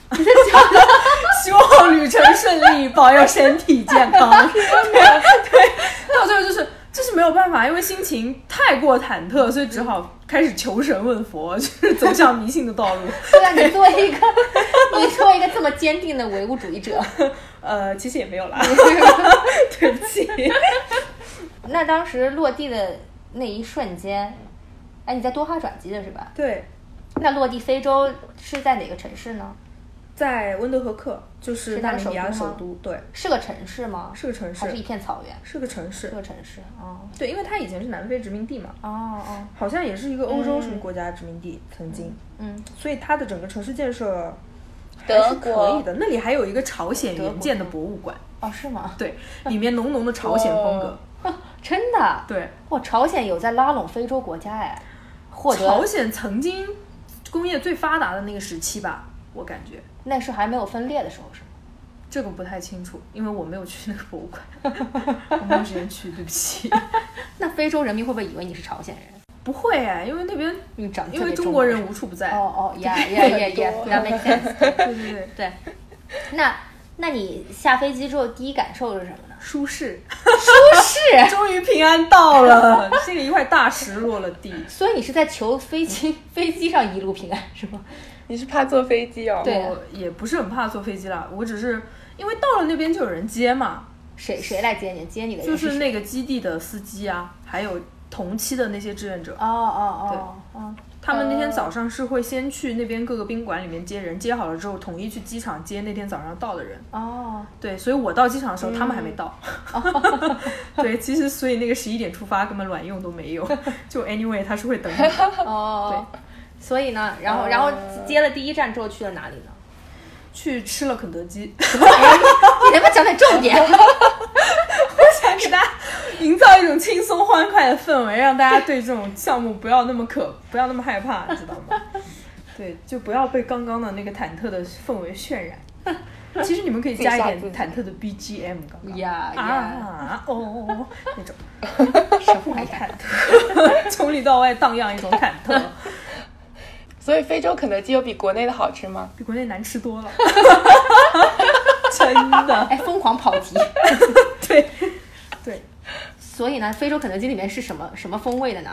Speaker 4: 希望旅程顺利，保佑身体健 康。对，到最后就是就是没有办法，因为心情太过忐忑，所以只好开始求神问佛， 就是走向迷信的道路。
Speaker 1: 对啊，你做一个，你做一个这么坚定的唯物主义者。
Speaker 4: 呃，其实也没有 啦，对不起。
Speaker 1: 那当时落地的那一瞬间，哎，你在多哈转机的是吧？
Speaker 4: 对，
Speaker 1: 那落地非洲是在哪个城市呢？
Speaker 4: 在温德和克，就是
Speaker 1: 是
Speaker 4: 纳
Speaker 1: 它的
Speaker 4: 米比亚的
Speaker 1: 首
Speaker 4: 首
Speaker 1: 都
Speaker 4: 都，对，
Speaker 1: 是个城市吗？
Speaker 4: 是个城
Speaker 1: 还是一
Speaker 4: 市，
Speaker 1: 片草原？
Speaker 4: 是个城市
Speaker 1: 是，个城市。哦
Speaker 4: 对，因为它以前是南非殖民地嘛，
Speaker 1: 哦哦，
Speaker 4: 好像也是一个欧洲什么国家殖民地，曾经，
Speaker 1: 嗯，
Speaker 4: 所以它的整个城市建设还
Speaker 3: 德
Speaker 4: 是可以
Speaker 3: 国
Speaker 4: 的。那里还有一个朝鲜援建的博物馆，
Speaker 1: 哦是吗？
Speaker 4: 对，里面浓浓的朝鲜
Speaker 1: 哦
Speaker 4: 风格。
Speaker 1: 真的？啊
Speaker 4: 对，
Speaker 1: 哇，朝鲜有在拉拢非洲国家哎，获
Speaker 4: 朝
Speaker 1: 得
Speaker 4: 鲜曾经工业最发达的那个时期吧，我感觉
Speaker 1: 那是还没有分裂的时候是吗？
Speaker 4: 这个不太清楚，因为我没有去那个博物馆， 我没有时间去，对不起。
Speaker 1: 那非洲人民会不会以为你是朝鲜人？
Speaker 4: 不会哎，因为那边
Speaker 1: 因为长得特
Speaker 4: 因为
Speaker 1: 别
Speaker 4: 中
Speaker 1: 中
Speaker 4: 国
Speaker 1: 国
Speaker 4: 人无处不在。
Speaker 1: 哦哦，yeah yeah yeah
Speaker 3: 很
Speaker 1: yeah，that
Speaker 3: 多
Speaker 1: makes sense
Speaker 4: 对对对，
Speaker 1: 对。那那你下飞机之后第一感受是什么呢？
Speaker 4: 舒适，
Speaker 1: 是，
Speaker 4: 终于平安到了，这个一块大石落了地。
Speaker 1: 所以你是在求飞机 飞机上一路平安是吗？
Speaker 3: 你是怕坐飞机哦？
Speaker 1: 对啊
Speaker 4: 我也不是很怕坐飞机啦，我只是因为到了那边就有人接嘛，
Speaker 1: 谁谁来接你？接你的人
Speaker 4: 就是是
Speaker 1: 谁
Speaker 4: 那个基地的司机啊，还有同期的那些志愿者
Speaker 1: 哦，哦哦哦，
Speaker 4: 他们那天早上是会先去那边各个宾馆里面接人，接好了之后统一去机场接那天早上到的人。
Speaker 1: 哦，
Speaker 4: 对，所以我到机场的时候，他们还没到。 对，其实所以那个十一点出发根本卵用都没有，就 anyway 他是会等你的。
Speaker 1: 哦，所以呢，然后然后接了第一站之后去了哪里呢？
Speaker 4: 去吃了肯德基，
Speaker 1: 你能不能讲点重点？
Speaker 4: 想给大家营造一种轻松欢快的氛围，让大家对这种项目不要那么可，不要那么害怕，知道吗？对，就不要被刚刚的那个忐忑的氛围渲染。其实你们可以加一点忐忑的 BGM，刚 刚
Speaker 1: 呀呀，
Speaker 4: 啊哦哦哦那种
Speaker 1: 什么玩意
Speaker 4: 忐
Speaker 1: 儿？
Speaker 4: 忑，从里到外荡漾一种忐忑，
Speaker 3: 所以非洲肯德基有比国内的好吃吗？
Speaker 4: 比国内难吃多了， 真的。
Speaker 1: 哎，疯狂跑题。
Speaker 4: 对对，
Speaker 1: 所以呢，非洲肯德基里面是什么什么风味的呢？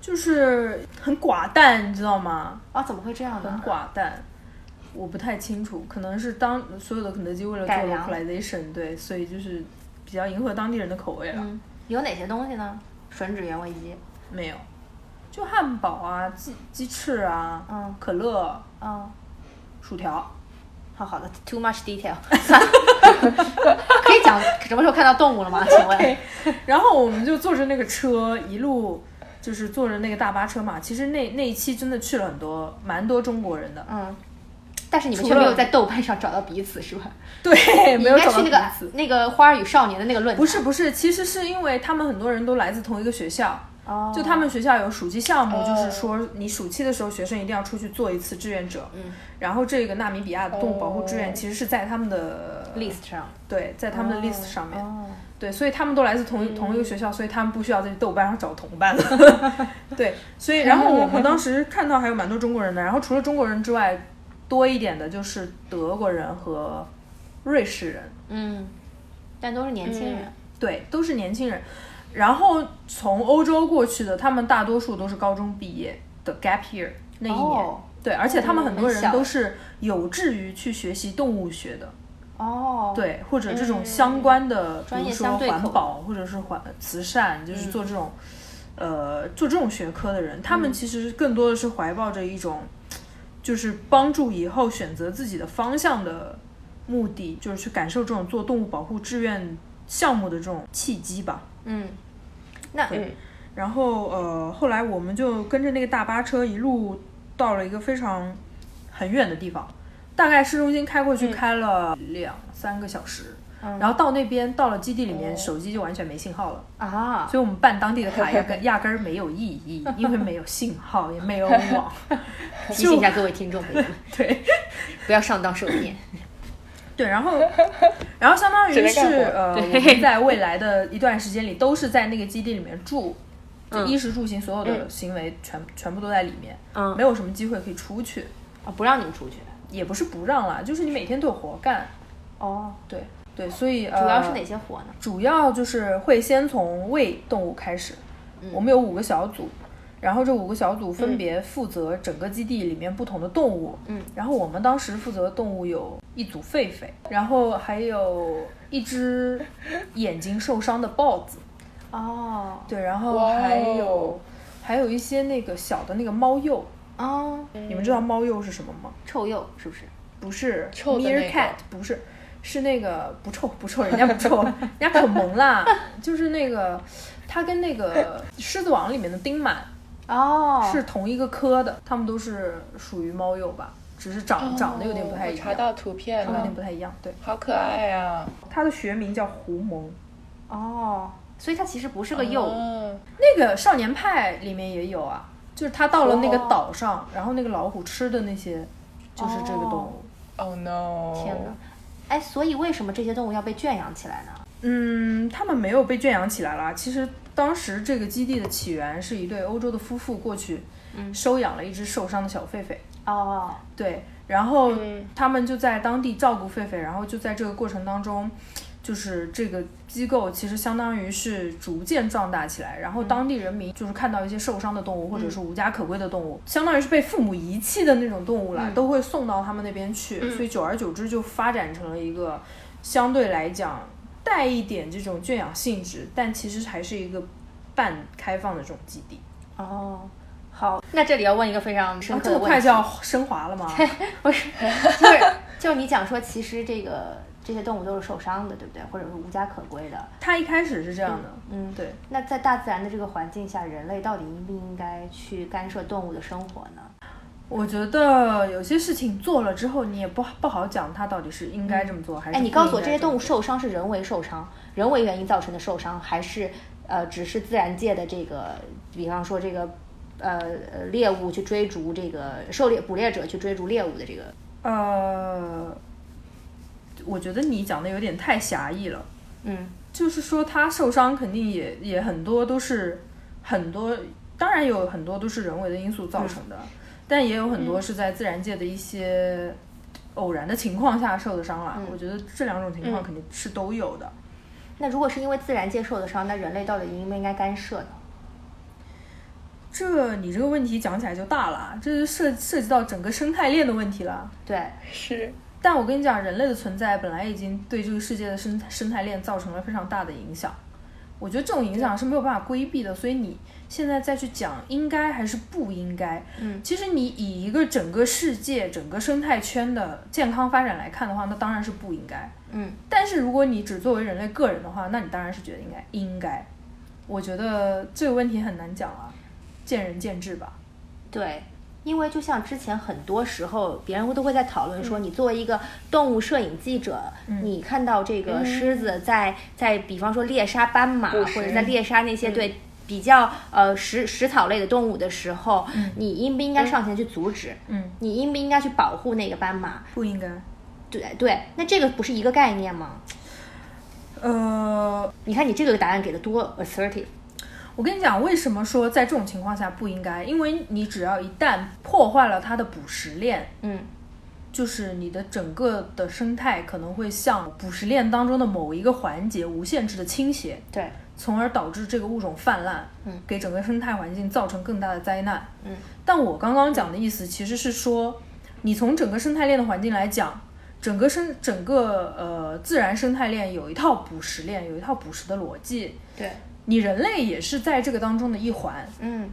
Speaker 4: 就是很寡淡，你知道吗？
Speaker 1: 啊，怎么会这样
Speaker 4: 很
Speaker 1: 呢？
Speaker 4: 寡淡，我不太清楚，可能是当所有的肯德基为了做
Speaker 1: 改良
Speaker 4: localization，对，所以就是比较迎合当地人的口味了。
Speaker 1: 嗯，有哪些东西呢？吮指原味鸡，
Speaker 4: 没有，就汉堡啊、鸡鸡翅啊、
Speaker 1: 嗯
Speaker 4: 可乐、
Speaker 1: 嗯，
Speaker 4: 薯条，
Speaker 1: 好好的，too much detail，算 了，可以讲什么时候看到动物了吗？请问
Speaker 4: OK，然 后我们就坐着那个车一路。就是坐着那个大巴车嘛，其实那那一期真的去了很多，蛮多中国人 的。
Speaker 1: 嗯，但是你们
Speaker 4: 除
Speaker 1: 却没有
Speaker 4: 了
Speaker 1: 在豆瓣上找到彼此是吧？
Speaker 4: 对，
Speaker 1: 你
Speaker 4: 没有
Speaker 1: 应该
Speaker 4: 找
Speaker 1: 去
Speaker 4: 到
Speaker 1: 那个
Speaker 4: 彼此
Speaker 1: 那个《花儿与少年》的那个论坛，
Speaker 4: 不是不是，其实是因为他们很多人都来自同一个学校，
Speaker 1: 哦
Speaker 4: 就他们学校有暑期项目，就是说你暑期的时候，学生一定要出去做一次志愿者。嗯，然后这个纳米比亚的动物保护志愿其实是在他们的
Speaker 1: 哦 list 哦上。
Speaker 4: 对，在他们的 list 上面。对，所以他们都来自同一、
Speaker 1: 嗯
Speaker 4: 同一个学校，所以他们不需要在豆瓣上找同 伴了。对，所以然后我我当时看到还有蛮多中国人的，然后除了中国人之外，多一点的就是德国人和瑞士人。
Speaker 1: 嗯，但都是年轻人。
Speaker 4: 对，都是年轻人。然后从欧洲过去的，他们大多数都是高中毕业的 gap year 那一年。
Speaker 1: 哦
Speaker 4: 对，而且他们很多
Speaker 1: 嗯
Speaker 4: 人
Speaker 1: 很小
Speaker 4: 都是有志于去学习动物学的，
Speaker 1: 哦，，
Speaker 4: 对，或者这种相关的，
Speaker 1: 专
Speaker 4: 比
Speaker 1: 业
Speaker 4: 如
Speaker 1: 相
Speaker 4: 说
Speaker 1: 对口嗯
Speaker 4: 环保或者是环慈善，就是做这种，呃，做这种学科的人，
Speaker 1: 嗯
Speaker 4: 他们其实更多的是怀抱着一种，就是帮助以后选择自己的方向的目的，就是去感受这种做动物保护志愿项目的这种契机吧。
Speaker 1: 嗯，
Speaker 4: 那
Speaker 3: 嗯
Speaker 4: 然后呃，后来我们就跟着那个大巴车一路到了一个非常很远的地方，大概市中心开过去开了两三个小时。然后到那边到了基地里面，手机就完全没信号了，
Speaker 1: 啊，
Speaker 4: 所以我们办当地的卡压根压根儿没有意义，因为没有信号也没有网。
Speaker 1: 提醒一下各位听众朋友 们，
Speaker 4: 对
Speaker 1: 不要上当受骗。
Speaker 4: 对，然 后然后相当于
Speaker 3: 只能
Speaker 4: 是
Speaker 3: 干活
Speaker 4: 呃，我们在未来的一段时间里都是在那个基地里面住，就
Speaker 3: 嗯
Speaker 4: 衣食住行所有的行为全全部都在里面，
Speaker 1: 嗯
Speaker 4: 没有什么机会可以出去。
Speaker 1: 啊，不让你们出去。
Speaker 4: 也不是不让啦，就是你每天都有活干。
Speaker 1: 哦，
Speaker 4: 对对，所以主呃
Speaker 1: 主要是哪？些火呢？
Speaker 4: 主要就是会先从喂动物开始。
Speaker 3: 嗯
Speaker 4: 我们有五个小组，然后这五个小组分别负责整个基地里面不同的动物。
Speaker 1: 嗯，
Speaker 4: 然后我们当时负责的动物有一组狒狒，然后还有一只眼睛受伤的豹子，
Speaker 1: 哦，
Speaker 4: 对，然后
Speaker 3: 哇哦
Speaker 4: 还有还有一些那个小的那个猫鼬。
Speaker 1: 哦，
Speaker 4: 你们知
Speaker 3: 嗯
Speaker 4: 道猫鼬是什么吗？
Speaker 1: 臭鼬是不是？
Speaker 4: 不是
Speaker 3: 臭的那
Speaker 4: m e
Speaker 3: 个
Speaker 4: e r cat，不是，是那个不臭不臭，人家不臭，人家可萌啦，就是那个，它跟那个《狮子王》里面的丁满
Speaker 1: 哦，
Speaker 4: 是同一个科的，它们都是属于猫鼬吧，只是长、长得有点不太
Speaker 3: 哦嗯我
Speaker 4: 一样，
Speaker 3: 查到图片
Speaker 4: 有点
Speaker 3: 了，
Speaker 4: 不太一样。对，
Speaker 3: 好可爱啊！
Speaker 4: 它的学名叫狐獴。
Speaker 1: 哦，所以它其实不是个鼬。
Speaker 3: 嗯
Speaker 4: 那个少年派里面也有啊，就是它到了那
Speaker 3: 哦
Speaker 4: 个岛上，然后那个老虎吃的那些，就是这个动物。
Speaker 3: ，Oh no！
Speaker 1: 天哪！哎，所以为什么这些动物要被圈养起来呢？
Speaker 4: 嗯，他们没有被圈养起来啦。其实当时这个基地的起源是一对欧洲的夫妇过去收养了一只受伤的小狒狒，
Speaker 1: 哦，
Speaker 4: 对，然后
Speaker 3: 嗯
Speaker 4: 他们就在当地照顾狒狒，然后就在这个过程当中，就是这个机构其实相当于是逐渐壮大起来。然
Speaker 1: 嗯
Speaker 4: 后当地人民就是看到一些受伤的动物或者是无家可归的动物，相当于是被父母遗弃的那种动物
Speaker 1: 嗯
Speaker 4: 啦，都会送到他们那边去，所以久而久之就发展成了一个相对来讲带一点这种圈养性质，但其实还是一个半开放的这种基地。
Speaker 1: 哦，好，哦那这里要问一个非常深
Speaker 4: 啊，
Speaker 1: 刻
Speaker 4: 这
Speaker 1: 的
Speaker 4: 么
Speaker 1: 问
Speaker 4: 快
Speaker 1: 题，
Speaker 4: 就要升华了吗？
Speaker 1: 不是， 就是就是你讲说，其实这个这些动物都是受伤的，对不对？或者是无家可归的。
Speaker 4: 它一开始是这样的，
Speaker 1: 嗯，
Speaker 4: 对。
Speaker 1: 那在大自然的这个环境下，人类到底应不应该去干涉动物的生活呢？
Speaker 4: 我觉得有些事情做了之后，你也不不好讲它到底是应该这么做还是
Speaker 1: 哎，
Speaker 4: 不
Speaker 1: 你
Speaker 4: 应该么
Speaker 1: 告
Speaker 4: 做。
Speaker 1: 诉我，这些动物受伤是人为受伤、人为原因造成的受伤，还是呃，只是自然界的这个，比方说这个呃呃猎物去追逐这个狩猎捕猎者去追逐猎物的这个？
Speaker 4: 呃，我觉得你讲的有点太狭义了。
Speaker 1: 嗯，
Speaker 4: 就是说它受伤肯定也也很多都是很多，当然有很多都是人为的因素造成的，
Speaker 1: 嗯
Speaker 4: 但也有很多是在自然界的一些偶然的情况下受的伤啦。
Speaker 1: 嗯
Speaker 4: 我觉得这两种情况肯定是都有的。
Speaker 1: 那如果是因为自然界受的伤，那人类到底应不应该干涉呢？
Speaker 4: 这你这个问题讲起来就大了，这是涉涉及到整个生态链的问题了。
Speaker 1: 对，
Speaker 3: 是
Speaker 4: 但我跟你讲，人类的存在本来已经对这个世界的生生态链造成了非常大的影响。我觉得这种影响是没有办法规避的，所以你现在再去讲应该还是不应该，嗯，其实你以一个整个世界、整个生态圈的健康发展来看的话，那当然是不应该，
Speaker 1: 嗯，
Speaker 4: 但是如果你只作为人类个人的话，那你当然是觉得应该应该，我觉得这个问题很难讲啊，见仁见智吧，
Speaker 1: 对，因为就像之前很多时候，别人都会在讨论说，你作为一个动物摄影记者，你看到这个狮子在、在，比方说猎杀斑马，
Speaker 3: 捕
Speaker 1: 或者
Speaker 3: 食
Speaker 1: 在猎杀那些对。比较呃食食草类的动物的时候，你应不应该上前去阻止？
Speaker 4: 嗯，
Speaker 1: 你应不应该去保护那个斑马？
Speaker 4: 不应该，
Speaker 1: 对对，那这个不是一个概念吗？
Speaker 4: 呃，
Speaker 1: 你看你这个答案给的多 assertive，
Speaker 4: 我跟你讲，为什么说在这种情况下不应该？因为你只要一旦破坏了它的捕食链，
Speaker 1: 嗯，
Speaker 4: 就是你的整个的生态可能会向捕食链当中的某一个环节无限制的倾斜，
Speaker 1: 对，
Speaker 4: 从而导致这个物种泛滥，
Speaker 1: 嗯，
Speaker 4: 给整个生态环境造成更大的灾难，
Speaker 1: 嗯。
Speaker 4: 但我刚刚讲的意思其实是说，你从整个生态链的环境来讲，整个生整个呃自然生态链有一套捕食链，有一套捕食的逻辑，
Speaker 1: 对，
Speaker 4: 你人类也是在这个当中的一环，
Speaker 1: 嗯，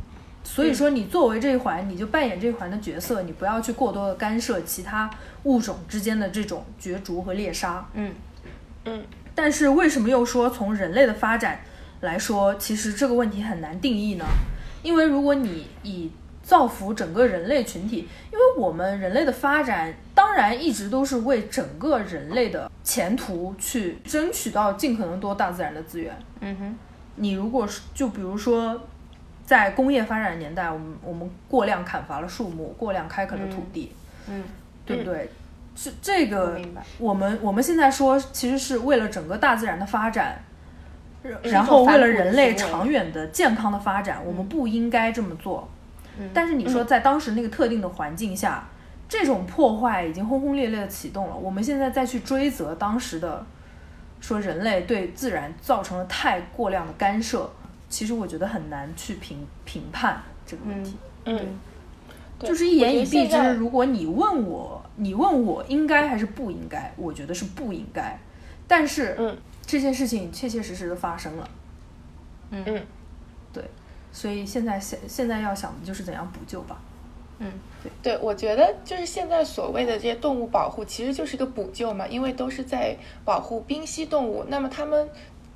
Speaker 4: 所以说你作为这一环，你就扮演这一环的角色，你不要去过多的干涉其他物种之间的这种角逐和猎杀。
Speaker 1: 嗯，
Speaker 4: 但是为什么又说从人类的发展来说，其实这个问题很难定义呢？因为如果你以造福整个人类群体，因为我们人类的发展当然一直都是为整个人类的前途去争取到尽可能多大自然的资源。
Speaker 1: 嗯哼，
Speaker 4: 你如果是就比如说，在工业发展年代，我们我们过量砍伐了树木，过量开垦了土地，
Speaker 1: 嗯，
Speaker 4: 对不对？这这
Speaker 1: 我
Speaker 4: 个
Speaker 1: 明白，
Speaker 4: 我们我们现在说，其实是为了整个大自然的发展，然
Speaker 1: 一
Speaker 4: 然后
Speaker 1: 种反
Speaker 4: 为了
Speaker 1: 哺的
Speaker 4: 人类
Speaker 1: 行为嗯
Speaker 4: 长远的健康的发展，我们不应该这么做。但是你说在当时那个特定的环境下，这种破坏已经轰轰烈烈的启动了，我们现在再去追责当时的，说人类对自然造成了太过量的干涉，其实我觉得很难去评评判这个问题。
Speaker 3: 嗯，对
Speaker 4: 就是一言以
Speaker 3: 我
Speaker 4: 蔽
Speaker 3: 觉得现在
Speaker 4: 之。如果你问我，你问我应该还是不应该，我觉得是不应该。但是，
Speaker 3: 嗯，
Speaker 4: 这件事情切切实实的发生了，嗯
Speaker 3: 嗯，
Speaker 4: 对，所以现在现现在要想的就是怎样补救吧。
Speaker 3: 对，我觉得就是现在所谓的这些动物保护，其实就是一个补救嘛，因为都是在保护濒危动物。那么它们，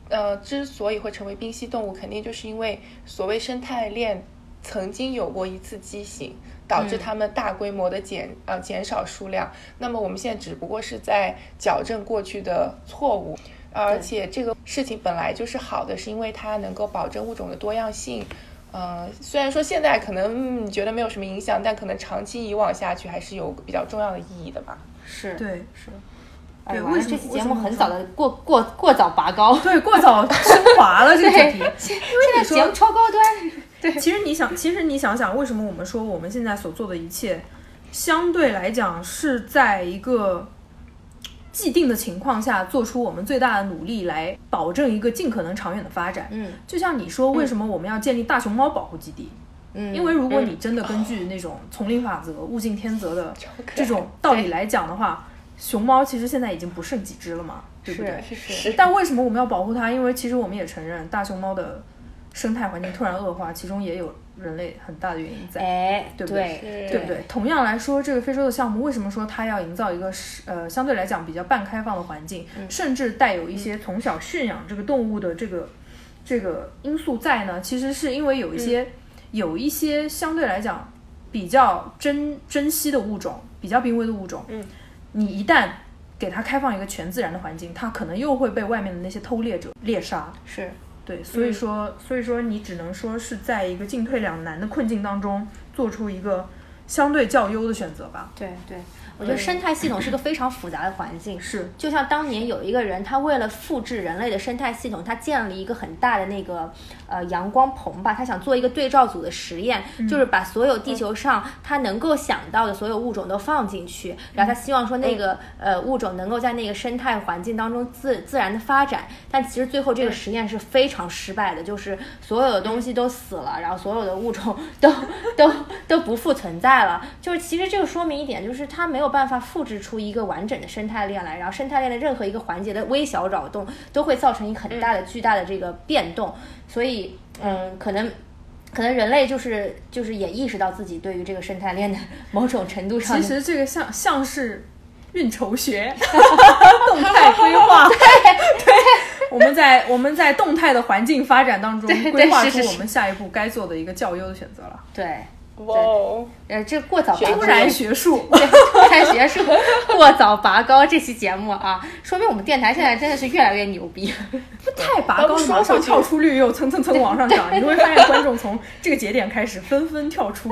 Speaker 3: 呃，之所以会成为濒危动物，肯定就是因为所谓生态链曾经有过一次畸形，导致它们大规模的减呃减少数量。那么我们现在只不过是在矫正过去的错误。而且这个事情本来就是好的，是因为它能够保证物种的多样性，呃，虽然说现在可能嗯你觉得没有什么影响，但可能长期以往下去还是有比较重要的意义的吧。
Speaker 1: 是，
Speaker 4: 对
Speaker 5: 哎
Speaker 4: 对
Speaker 5: 完了
Speaker 4: 为什
Speaker 5: 这
Speaker 4: 么
Speaker 5: 期
Speaker 4: 为
Speaker 5: 节
Speaker 4: 什
Speaker 5: 目
Speaker 4: 么
Speaker 5: 很
Speaker 4: 会
Speaker 5: 早的过过过早拔高，
Speaker 4: 对，过早升华了这个
Speaker 5: 对
Speaker 4: 主题。
Speaker 5: 现
Speaker 4: 你
Speaker 5: 现在
Speaker 4: 说
Speaker 5: 节目超高端，
Speaker 4: 其实你想，其实你想想，为什么我们说我们现在所做的一切，相对来讲是在一个既定的情况下，做出我们最大的努力来保证一个尽可能长远的发展。
Speaker 1: 嗯，
Speaker 4: 就像你说，为什么我们要建立大熊猫保护基地？
Speaker 1: 嗯
Speaker 4: 因为如果你真的根据那种丛林法则、物竞天择的
Speaker 3: 可爱
Speaker 4: 这种道理来讲的话，熊猫其实现在已经不剩几只了嘛，对不对？
Speaker 1: 是是是，
Speaker 3: 是
Speaker 4: 但为什么我们要保护它？因为其实我们也承认，大熊猫的生态环境突然恶化，其中也有人类很大的原因在，
Speaker 1: 哎，
Speaker 4: 对不对
Speaker 1: 对，
Speaker 4: 对不对？同样来说，这个非洲的项目为什么说它要营造一个是呃相对来讲比较半开放的环境，甚至带有一些从小驯养这个动物的这个这个因素在呢？其实是因为有一些、有一些相对来讲比较珍珍稀的物种，比较濒危的物种，
Speaker 3: 嗯，
Speaker 4: 你一旦给它开放一个全自然的环境，它可能又会被外面的那些偷猎者猎杀。
Speaker 1: 是，
Speaker 4: 对，所以说，所以说你只能说是在一个进退两难的困境当中，做出一个相对较优的选择吧。
Speaker 1: 对对，我觉得生态系统是个非常复杂的环境，
Speaker 4: 是，
Speaker 1: 就像当年有一个人，他为了复制人类的生态系统，他建了一个很大的那个呃阳光棚吧，他想做一个对照组的实验，就是把所有地球上他能够想到的所有物种都放进去，然后他希望说那个、呃物种能够在那个生态环境当中自自然的发展。但其实最后这个实验是非常失败 的，就是所有的东西都死了，然后所有的物种都都都不复存在态了。就是其实这个说明一点，就是它没有办法复制出一个完整的生态链来，然后生态链的任何一个环节的微小扰动都会造成一个很
Speaker 4: 嗯
Speaker 1: 大的、巨大的这个变动。所以，嗯，可能。可能人类就是就是也意识到自己对于这个生态链的某种程度上的
Speaker 4: 其实这个像像是运筹 学，动态规划。对我们在我们在动态的环境发展当中
Speaker 1: 对对
Speaker 4: 规划
Speaker 1: 是
Speaker 4: 出
Speaker 1: 是是
Speaker 4: 我们下一步该做的一个较优的选择了。
Speaker 1: 对，
Speaker 3: 哇哦，
Speaker 1: 呃，这过早拔
Speaker 4: 突
Speaker 1: 高，
Speaker 4: 然学术，
Speaker 1: 对，突然学术过早拔高这期节目啊， 说明我们电台现在真的是越来越牛逼。
Speaker 4: 太拔高了，马上跳出率又蹭蹭蹭往上涨，你会发现观众从这个节点开始纷纷跳 出，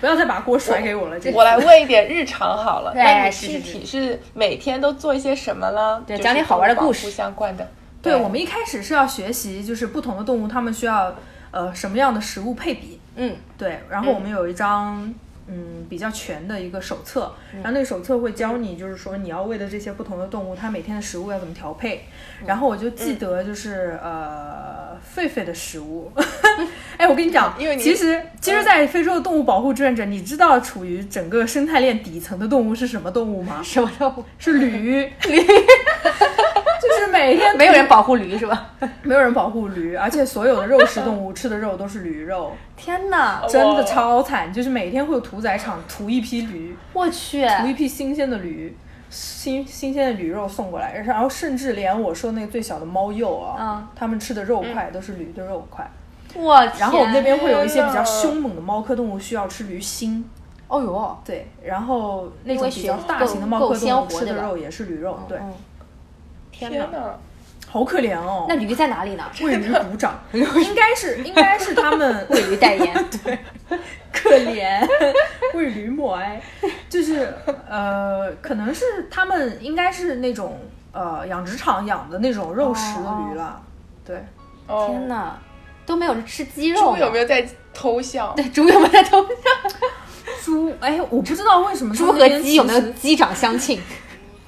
Speaker 4: 不要再把锅甩给我了。这
Speaker 3: 我来问一点日常好 了，
Speaker 1: 对
Speaker 3: 那你
Speaker 1: 哎是
Speaker 3: 具
Speaker 1: 是
Speaker 3: 体是每天都做一些什么呢？
Speaker 1: 对
Speaker 3: 就是
Speaker 1: 讲点好玩的故事
Speaker 3: 跟保护相关的。
Speaker 4: 对我们一开始是要学习，就是不同的动物它们需要呃什么样的食物配比。
Speaker 1: 嗯，
Speaker 4: 对，然后我们有一张嗯比较全的一个手册，然后那个手册会教你，就是说你要喂的这些不同的动物，它每天的食物要怎么调配。然后我就记得就是、呃狒狒的食物，哎，我跟你讲，
Speaker 3: 因为你
Speaker 4: 其实其实，在非洲的动物保护志愿者，你知道处于整个生态链底层的动物是什么动物吗？
Speaker 1: 什么动物？
Speaker 4: 是驴，驴，就是每天
Speaker 1: 没有人保护驴是吧？
Speaker 4: 没有人保护 驴，而且所有的肉食动物 吃的肉都是驴肉，
Speaker 1: 天哪，
Speaker 4: 真的超惨。就是每天会有屠宰场屠一批驴，
Speaker 1: 我去，
Speaker 4: 屠一批新鲜的驴，新新鲜的驴肉送过来，然后甚至连我说那个最小的猫鼬啊
Speaker 1: 嗯，
Speaker 4: 它们吃的肉块都是驴的肉块。
Speaker 1: 我
Speaker 4: 然后我们那
Speaker 1: 天
Speaker 4: 边会有一些比较
Speaker 3: 天呐
Speaker 4: 凶猛的猫科动物需要吃驴心，
Speaker 1: 哦哟，
Speaker 4: 对，然后那
Speaker 1: 因
Speaker 4: 种
Speaker 1: 为
Speaker 4: 比
Speaker 1: 血
Speaker 4: 较
Speaker 1: 够
Speaker 4: 大型的猫
Speaker 1: 够
Speaker 4: 科
Speaker 1: 鲜
Speaker 4: 动物
Speaker 1: 活
Speaker 4: 吃的
Speaker 1: 对吧
Speaker 4: 肉也是驴肉，对，
Speaker 1: 嗯天
Speaker 3: 天
Speaker 1: 哪，
Speaker 3: 哪，
Speaker 4: 好可怜哦。
Speaker 1: 那驴在哪 里呢？
Speaker 4: 为驴鼓掌， 应该是应该是他 们
Speaker 1: 为驴代言，
Speaker 4: 可怜， 为驴默哀，就是呃，可能是他们应该是那种呃养殖场养的那种肉食的驴了，对，
Speaker 3: 哦
Speaker 1: 天，哪，都没有人吃鸡肉
Speaker 3: 猪
Speaker 1: 呢。
Speaker 3: 有没有在偷笑？
Speaker 1: 对，猪有没有在 偷笑？
Speaker 4: 猪，哎，我不知道为什么
Speaker 1: 猪和鸡有没有鸡长相近？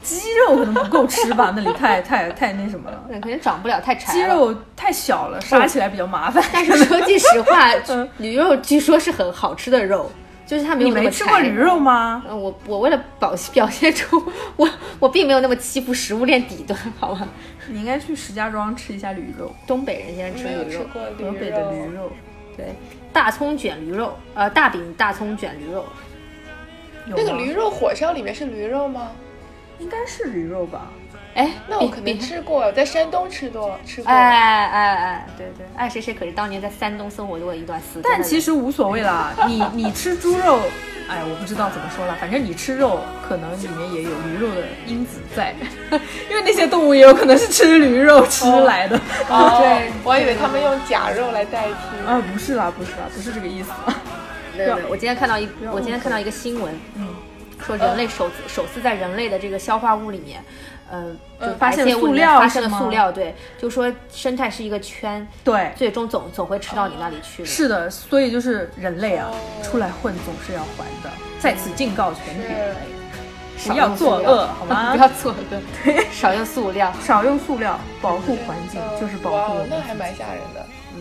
Speaker 4: 鸡肉可能不够吃吧，那里太太太那什么了，
Speaker 1: 对，可能长不了太柴了。
Speaker 4: 鸡肉太小了，杀起来比较麻烦。
Speaker 1: 但是说句实 话
Speaker 4: 嗯，
Speaker 1: 驴肉据说是很好吃的肉，就是它没有
Speaker 4: 你
Speaker 1: 那么
Speaker 4: 没吃过
Speaker 1: 柴
Speaker 4: 驴。肉吗？
Speaker 1: 嗯，我我为了表 表现出我我并没有那么欺负食物链底端，好吧？
Speaker 4: 你应该去石家庄吃一下驴肉，
Speaker 1: 东北人现在吃
Speaker 3: 没有
Speaker 1: 驴
Speaker 3: 吃
Speaker 1: 肉，
Speaker 3: 过驴
Speaker 4: 河北的驴肉
Speaker 1: 对，大葱卷驴肉，呃，大饼大葱卷驴肉，
Speaker 4: 有
Speaker 3: 那个
Speaker 1: 啊
Speaker 4: 吗
Speaker 3: 驴肉火烧里面是驴肉吗？
Speaker 4: 应该是驴肉吧？
Speaker 1: 哎，
Speaker 3: 那我
Speaker 1: 比
Speaker 3: 肯定
Speaker 1: 比
Speaker 3: 吃过，在山东吃过，吃过。
Speaker 1: 哎哎哎哎，对对，爱谁谁可是当年在山东生活过一段时间的人，
Speaker 4: 但其实无所谓啦，你你吃猪肉，哎，我不知道怎么说了，反正你吃肉可能里面也有驴肉的因子在， 因为那些动物也有可能是吃驴肉吃来的。
Speaker 3: 哦
Speaker 1: 对，嗯
Speaker 3: 我还以为他们用假肉来代替。
Speaker 4: 啊，不是啦，不是啦，不是这个意思。啊
Speaker 1: 对对，我今天看到一，我今天看到一个新闻，嗯，说人类首次首次在人类的这个消化物里面，呃，就
Speaker 4: 发现
Speaker 1: 排泄物里面
Speaker 4: 塑料
Speaker 1: 发现了
Speaker 4: 是吗
Speaker 1: 塑料，对，就说生态是一个圈，
Speaker 4: 对，
Speaker 1: 最终总总会吃到你那里去的。
Speaker 4: 是的，所以就是人类啊，出来混总是要还的。在此警告全体人类，
Speaker 1: 少
Speaker 4: 不要
Speaker 1: 用
Speaker 4: 作
Speaker 1: 塑料
Speaker 4: 恶，好吗？
Speaker 1: 不要作恶，少用塑料。
Speaker 4: 少用塑料，保护环境
Speaker 3: 嗯
Speaker 4: 就是保
Speaker 3: 哇
Speaker 4: 护
Speaker 3: 哦，
Speaker 4: 我们
Speaker 3: 那
Speaker 4: 自
Speaker 3: 还
Speaker 4: 己
Speaker 3: 蛮吓人的。嗯，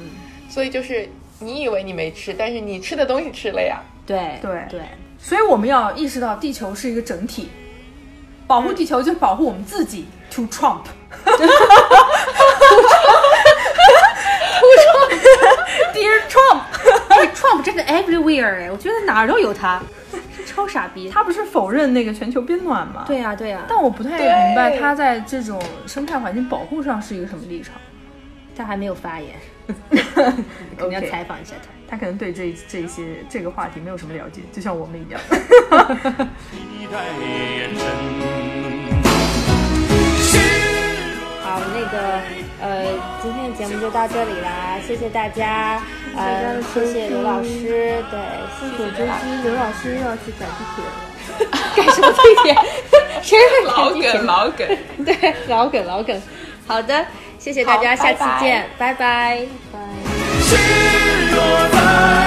Speaker 3: 所以就是你以为你没吃，但是你吃的东西吃了呀。
Speaker 1: 对
Speaker 4: 对
Speaker 1: 对，
Speaker 4: 所以我们要意识到地球是一个整体，保护地球就是保护我们自己。To Trump，，Dear Trump，
Speaker 1: 哎，Trump 真的 everywhere 哎，我觉得哪儿都有他，超傻逼。
Speaker 4: 他不是否认那个全球变暖吗？。
Speaker 1: 对呀对呀，
Speaker 4: 但我不太明白他在这种生态环境保护上是一个什么立场。
Speaker 1: 他还没有发言，肯定要
Speaker 4: OK
Speaker 1: 采访一下他。
Speaker 4: 他可能对这这些这个话题没有什么了解，就像我们 一样。
Speaker 6: 你的眼神。
Speaker 1: 好，那个呃，今天的节目就到这里啦，谢谢大家，呃，谢谢刘老师，对，谢谢刘老师，刘老师又要去赶地铁了，赶什么地铁？谁会赶地铁？
Speaker 3: 老梗。
Speaker 1: 对，老梗老梗。好的，谢谢大家，下
Speaker 3: 好拜
Speaker 1: 期
Speaker 3: 拜
Speaker 1: 见，拜拜。
Speaker 6: 失落在。